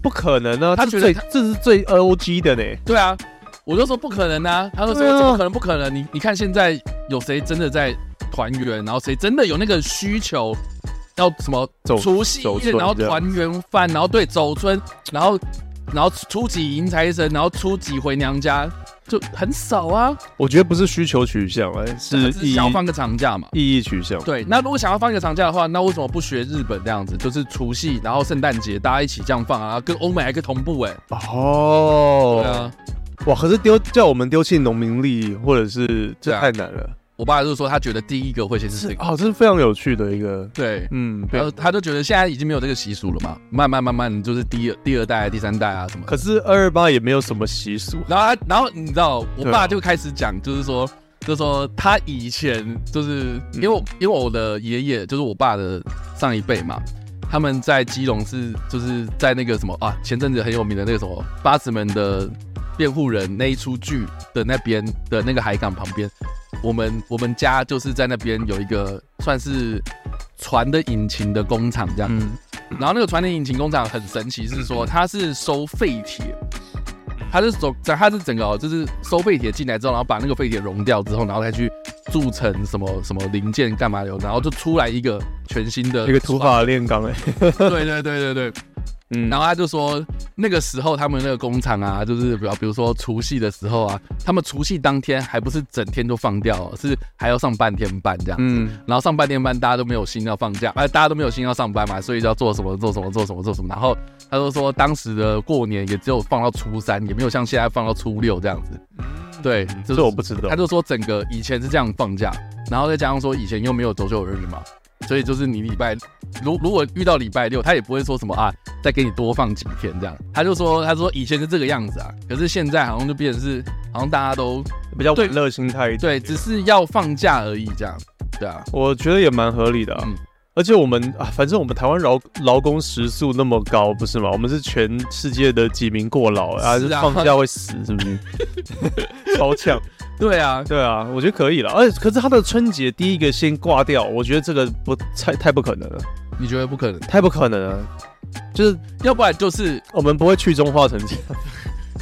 不可能啊！
他
这
觉得
最这是最 O G 的呢。
对啊，我就说不可能啊，他就说
对啊
怎么可能不可能？你你看现在有谁真的在团圆，然后谁真的有那个需求要什么
走
除夕
走
夜，
村
然后
这样
团圆饭，然后对走村，然后然后初几迎财神，然后初几回娘家，就很少啊，
我觉得不是需求取向，哎，
只
是
是
意义
想要放个长假嘛。
意义取向。
对，那如果想要放一个长假的话，那为什么不学日本这样子？就是除夕，然后圣诞节大家一起这样放啊，跟欧美还可以同步哎、对
哦，
啊，
哇！可是丢叫我们丢弃农民力，或者是这
对啊
太难了。
我爸就说他觉得第一个会先是这个，
哦，这是非常有趣的一个，
对，
嗯，
然后
对。
他就觉得现在已经没有这个习俗了嘛，慢慢慢慢就是第二第二代、第三代啊什么的。
可是二二八也没有什么习俗，
然后他，然后你知道，我
对
爸
啊
就开始讲，就是说，就说他以前
嗯
就是因为我因为我的爷爷就是我爸的上一辈嘛，他们在基隆是就是在那个什么啊，前阵子很有名的那个什么八十门的辩护人那一出剧的那边的那个海港旁边，我们我们家就是在那边有一个算是船的引擎的工厂这样子。然后那个船的引擎工厂很神奇，是说它是收废铁，
嗯
它是走，它是整个哦就是收废铁进来之后，然后把那个废铁熔掉之后，然后再去铸成什么什么零件干嘛的，然后就出来一个全新的
一个土法炼钢，哎，
船。对对对对对。
嗯
然后他就说，那个时候他们那个工厂啊，就是比如比如说除夕的时候啊，他们除夕当天还不是整天就放掉哦，是还要上半天班这样。
嗯，
然后上半天班大家都没有心要放假，哎，大家都没有心要上班嘛，所以就要做什么做什么做什么做什么。然后他就说，当时的过年也只有放到初三，也没有像现在放到初六这样子。对，就
嗯这我不知道
他。就说整个以前是这样放假，然后再加上说以前又没有周休二日嘛，所以就是你礼拜如如果遇到礼拜六，他也不会说什么啊，再给你多放几天这样。他就说他说以前是这个样子啊，可是现在好像就变成是好像大家都
比较
对
玩乐心态一点。
对，只是要放假而已这样。对啊，
我觉得也蛮合理的、啊。
嗯
而且我们啊，反正我们台湾劳劳工时速那么高，不是吗？我们是全世界的几名过劳啊，
是
就
啊
放假会死，是不 是？超强，
对啊，
对啊，我觉得可以了。而且，可是他的春节第一个先挂掉，我觉得这个不太太不可能了，
你觉得不可能？
太不可能了。就是
要不然就是，
我们不会去中化成这样，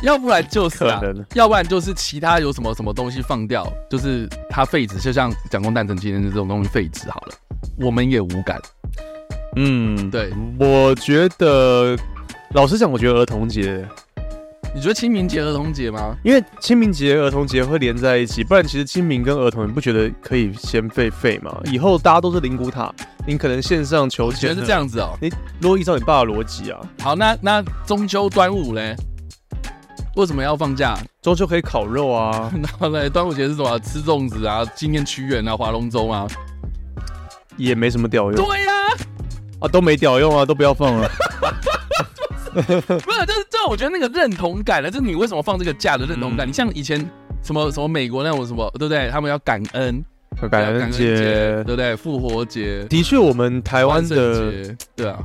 要不然就是、啊，
可能
要不然就是其他有什么什么东西放掉，就是它废止，就像蒋公诞辰纪念日这种东西废止好了，我们也无感。
嗯，
对，
我觉得，老实讲，我觉得儿童节，
你觉得清明节、儿童节吗？
因为清明节、儿童节会连在一起，不然其实清明跟儿童，你不觉得可以先废废吗？以后大家都是灵骨塔，你可能线上求
嗯觉
签
得是这。样子哦、
你如果依照你爸的逻辑啊，
好，那那中秋、端午嘞？为什么要放假？，
中秋可以烤肉啊
然后嘞，端午节是什么？吃粽子啊，纪念屈原啊，划龙舟啊。
也没什么屌用
对呀、
啊，都没屌用啊，都不要放了。
不是，就是这，我觉得那个认同感呢，就是你为什么放这个假的认同
嗯
感。你像以前什么什么美国那种什么，对不对？他们要感恩，
感恩节，
对不对？复活节、
的确，我们台
台
湾的，
对啊，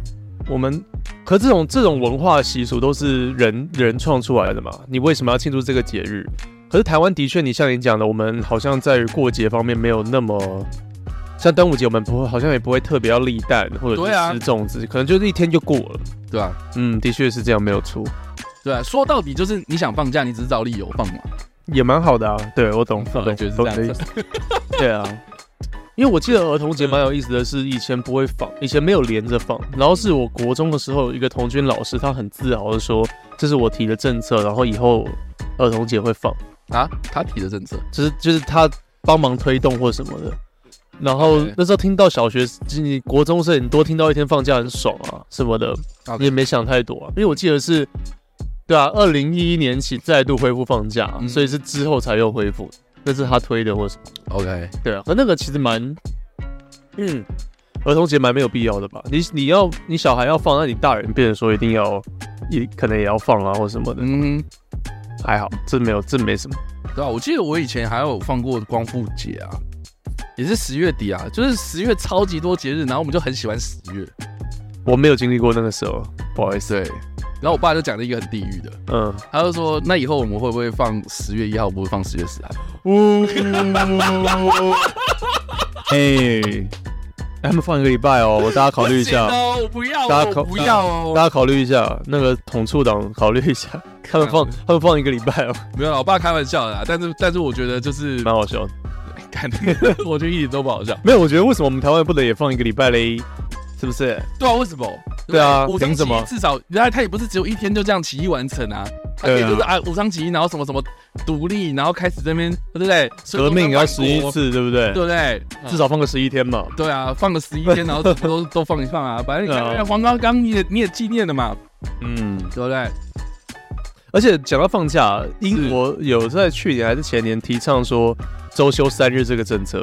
我们可这种这种文化习俗都是人人创出来的嘛，你为什么要庆祝这个节日？可是台湾的确，你像你讲的，我们好像在于过节方面没有那么。像端午节，我们不会，好像也不会特别要立蛋或者
对啊
是吃粽子，可能就是一天就过了。
对啊。
嗯，的确是这样，没有错。
对啊，说到底就是你想放假，你只是找理由放嘛。
也蛮好的啊。对我懂，我
我
懂，
觉得是
懂
这
你的意
样
思
子。
对啊，因为我记得儿童节蛮有意思的是，以前不会放，以前没有连着放。然后是我国中的时候，有一个童军老师他很自豪的说，这是我提的政策，然后以后儿童节会放，
啊，他提的政策，
就是就是他帮忙推动或什么的。然后
OK
那时候听到小学你国中生，你多听到一天放假很爽啊什么的，
OK
你也没想太多啊。因为我记得是，对啊，二零一一年起再度恢复放假啊，
嗯
所以是之后才又恢复，那是他推的或什么。
OK，
对啊，可那个其实蛮，嗯，儿童节蛮没有必要的吧？你你要你小孩要放，那你大人变成说一定要，也可能也要放啊或什么的，
嗯，
还好，这没有这没什么。
对啊，我记得我以前还有放过光复节啊，也是十月底啊，就是十月超级多节日，然后我们就很喜欢十月，
我没有经历过那个时候，不好意思。
对。然后我爸就讲了一个很地狱的，
嗯，
他就说：“那以后我们会不会放十月一号，不会放十月十号？
哎，
他们放一个礼拜哦，我大家考虑一下，
哦，我不要
大家
哦，
考
我不要哦。
大家考虑一下，那个统促党考虑一 下，他们放他们放一个礼拜哦，
没有啦，我爸开玩笑的啦。但是，但是我觉得就是，
蛮好笑的。
看， 我觉得一点都不好笑。
没有，我觉得为什么我们台湾不能也放一个礼拜嘞？是不是？
对啊，为什么？
对啊
五张
凭什么
起义至少原来他也不是只有一天就这样起义完成啊，他可以
对啊
就是啊五张起义，然后什么什么独立，然后开始这边对不对？
革命也要十一
次，
次，对不对？
对不对？
至少放个十一天嘛。
对啊，放个十一天，然后都都放一放 啊，反正你
对啊
看黄刚刚你也你也纪念了嘛，
嗯，
对不对？
而且讲到放假，英国有在去年还是前年提倡说周休三日这个政策，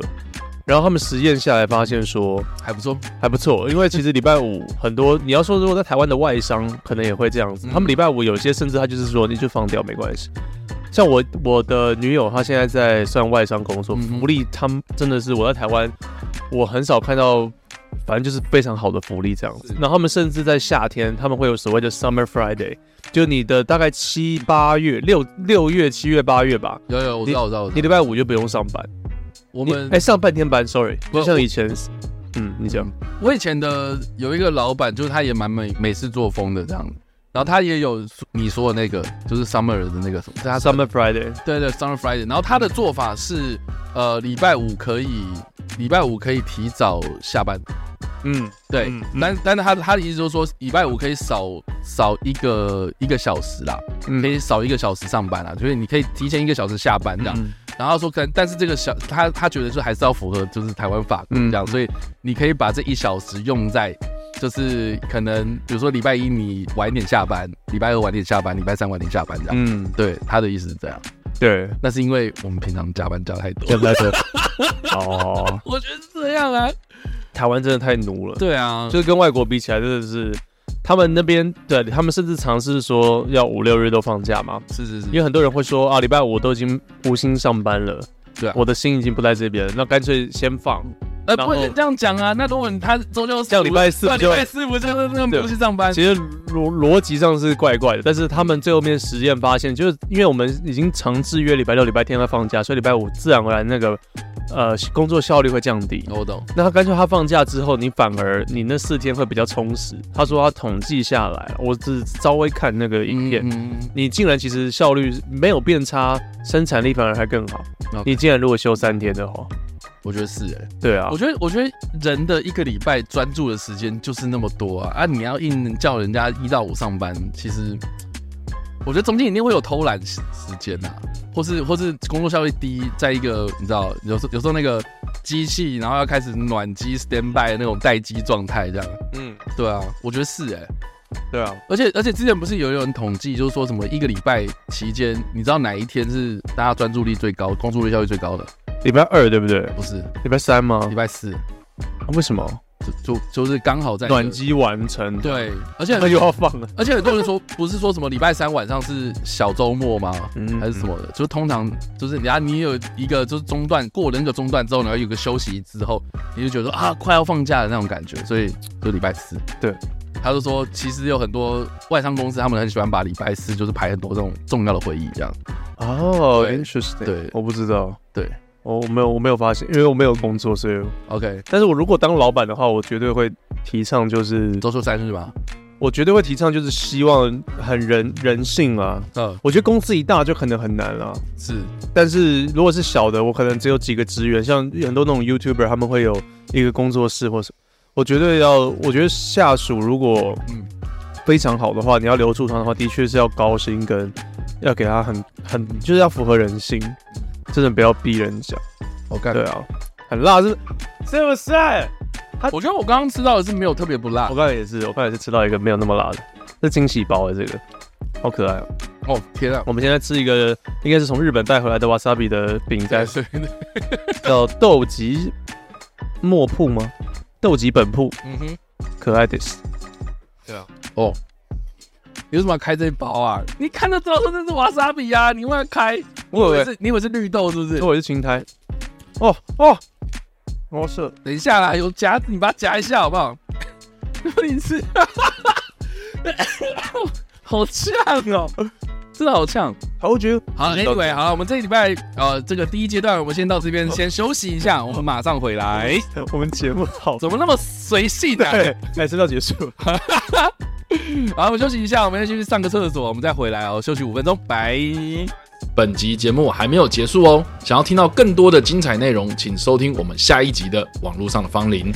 然后他们实验下来发现说
还不错，
还不错，因为其实礼拜五很多你要说如果在台湾的外商可能也会这样子，
嗯
他们礼拜五有些甚至他就是说你就放掉没关系。像我我的女友她现在在算外商工作，
嗯哼
福利他们真的是我在台湾我很少看到。反正就是非常好的福利这样子
是，
然后他们甚至在夏天，他们会有所谓的 Summer Friday，就你的大概七八月六六月七月八月吧，
有有我知道我知道我知
你
道，
礼拜五就不用上班，
我
我
们
哎、上半天班，sorry，
不
就像以前，嗯，你讲，
我以前的有一个老板，就是他也蛮美美式作风的这样子，然后他也有你说的那个就是 summer 的那个什么，
他 Summer Friday，
对对，Summer Friday。然后他的做法是，呃，礼拜五可以，礼拜五可以提早下班。
嗯，
对，
嗯
但但是他他的意思就是说，礼拜五可以少少一个一个小时啦，
嗯
可以少一个小时上班啦，就是你可以提前一个小时下班这样。
嗯
然后他说，可能但是这个小他他觉得说还是要符合就是台湾法规
嗯
这样，所以你可以把这一小时用在。就是可能，比如说礼拜一你晚一点下班，礼拜二晚点下班，礼拜三晚点下班这样。
嗯，
对，他的意思是这样。
对，
那是因为我们平常加班加太多。
要不要说？ 哦，
我觉得是这样啊。
台湾真的太奴了，
对啊，
就是跟外国比起来，真的是他们那边对他们甚至尝试说要五六日都放假嘛，
是是是
因，为很多人会说啊，礼拜五都已经无心上班了，
对啊
我的心已经不在这边了，那干脆先放。
呃，
然
不
后
能这样讲啊。那如果你他周六
这样礼拜四
对啊
不就
礼拜四不就是那
对
个不去上班？
其实逻逻辑上是怪怪的，但是他们最后面实验发现，就是因为我们已经常制约礼拜六、礼拜天要放假，所以礼拜五自然而然那个呃工作效率会降低。
哦我懂，
那他干脆他放假之后，你反而你那四天会比较充实。他说他统计下来，我只稍微看那个影片，
嗯嗯
你竟然其实效率没有变差，生产力反而还更好。
OK
你竟然如果休三天的话，
我觉得是哎、
对啊
我，觉得我觉得人的一个礼拜专注的时间就是那么多啊啊！你要硬叫人家一到五上班，其实我觉得中间一定会有偷懒时时间呐、啊，或是或是工作效率低，在一个你知道有时候有时候那个机器然后要开始暖机 stand by 那种待机状态这样，
嗯，
对啊，我觉得是哎、
对啊，
而且而且之前不是有有人统计，就是说什么一个礼拜期间，你知道哪一天是大家专注力最高、工作力效率最高的？
礼拜二对不对？
不是
礼拜三吗啊
礼？拜四，
为什么？
就就就是刚好在那个
暖。机完成，，
对，而且
那又要放了。
而且很多人说，不是说什么礼拜三晚上是小周末吗？
嗯
还是什么的？就是通常就是人家你有一个就是中断过了那个中断之后，然后有个休息之后，你就觉得说啊快要放假的那种感觉，所以就礼拜四。
对，
他就说其实有很多外商公司他们很喜欢把礼拜四就是排很多这种重要的会议这样。
哦、
对
i n t e r e s t i n g
对
我不知道，
对
哦，我没有，我没有发现，因为我没有工作，所以，
OK，
但是我如果当老板的话，我绝对会提倡就是
周休三日嘛，
我绝对会提倡就是希望很人人性啊。
嗯，
我觉得公司一大就可能很难了，
是
但是如果是小的，我可能只有几个职员，像很多那种 YouTuber 他们会有一个工作室或什么，我绝对要，我觉得下属如果
嗯
非常好的话，你要留住他的话，的确是要高薪跟要给他很很就是要符合人性，真的不要逼人家。
我干
对啊，很辣是是不是？
我觉得我刚刚吃到的是没有特别不辣
我。刚才也是，我刚才也是吃到一个没有那么辣的，是惊喜包的欸这个，好可爱哦、
哦天啊！
我们现在吃一个应该是从日本带回来的 wasabi 的饼干，
是
叫豆吉末铺吗？豆吉本铺，
嗯哼，
可爱的是，
对啊。哦，你为什么要开这一包啊？你看得到说这是瓦萨比啊？你为什么要开？
我
你以为
以为
是你以为是绿豆是不是？
我是青苔，哦哦，我是
等一下啦，有夹，你把它夹一下好不好？你吃， 好呛哦，真的好呛。
头觉，
好
到这
，Anyway，好，我们这个礼拜呃，这个第一阶段我们先到这边先休息一下，我们马上回来。
我们节目 好，
怎么那么随性 啊？
对，来吃到结束，
好，我们休息一下，我们先去上个厕所，我们再回来哦，休息五分钟，拜。本集节目还没有结束哦，想要听到更多的精彩内容，请收听我们下一集的《网络上的芳龄》。